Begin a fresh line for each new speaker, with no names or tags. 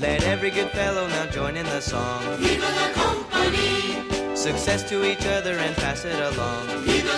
Let every good fellow now join in the song.
Viva la compagnie,
Success to each other and pass it along.
viva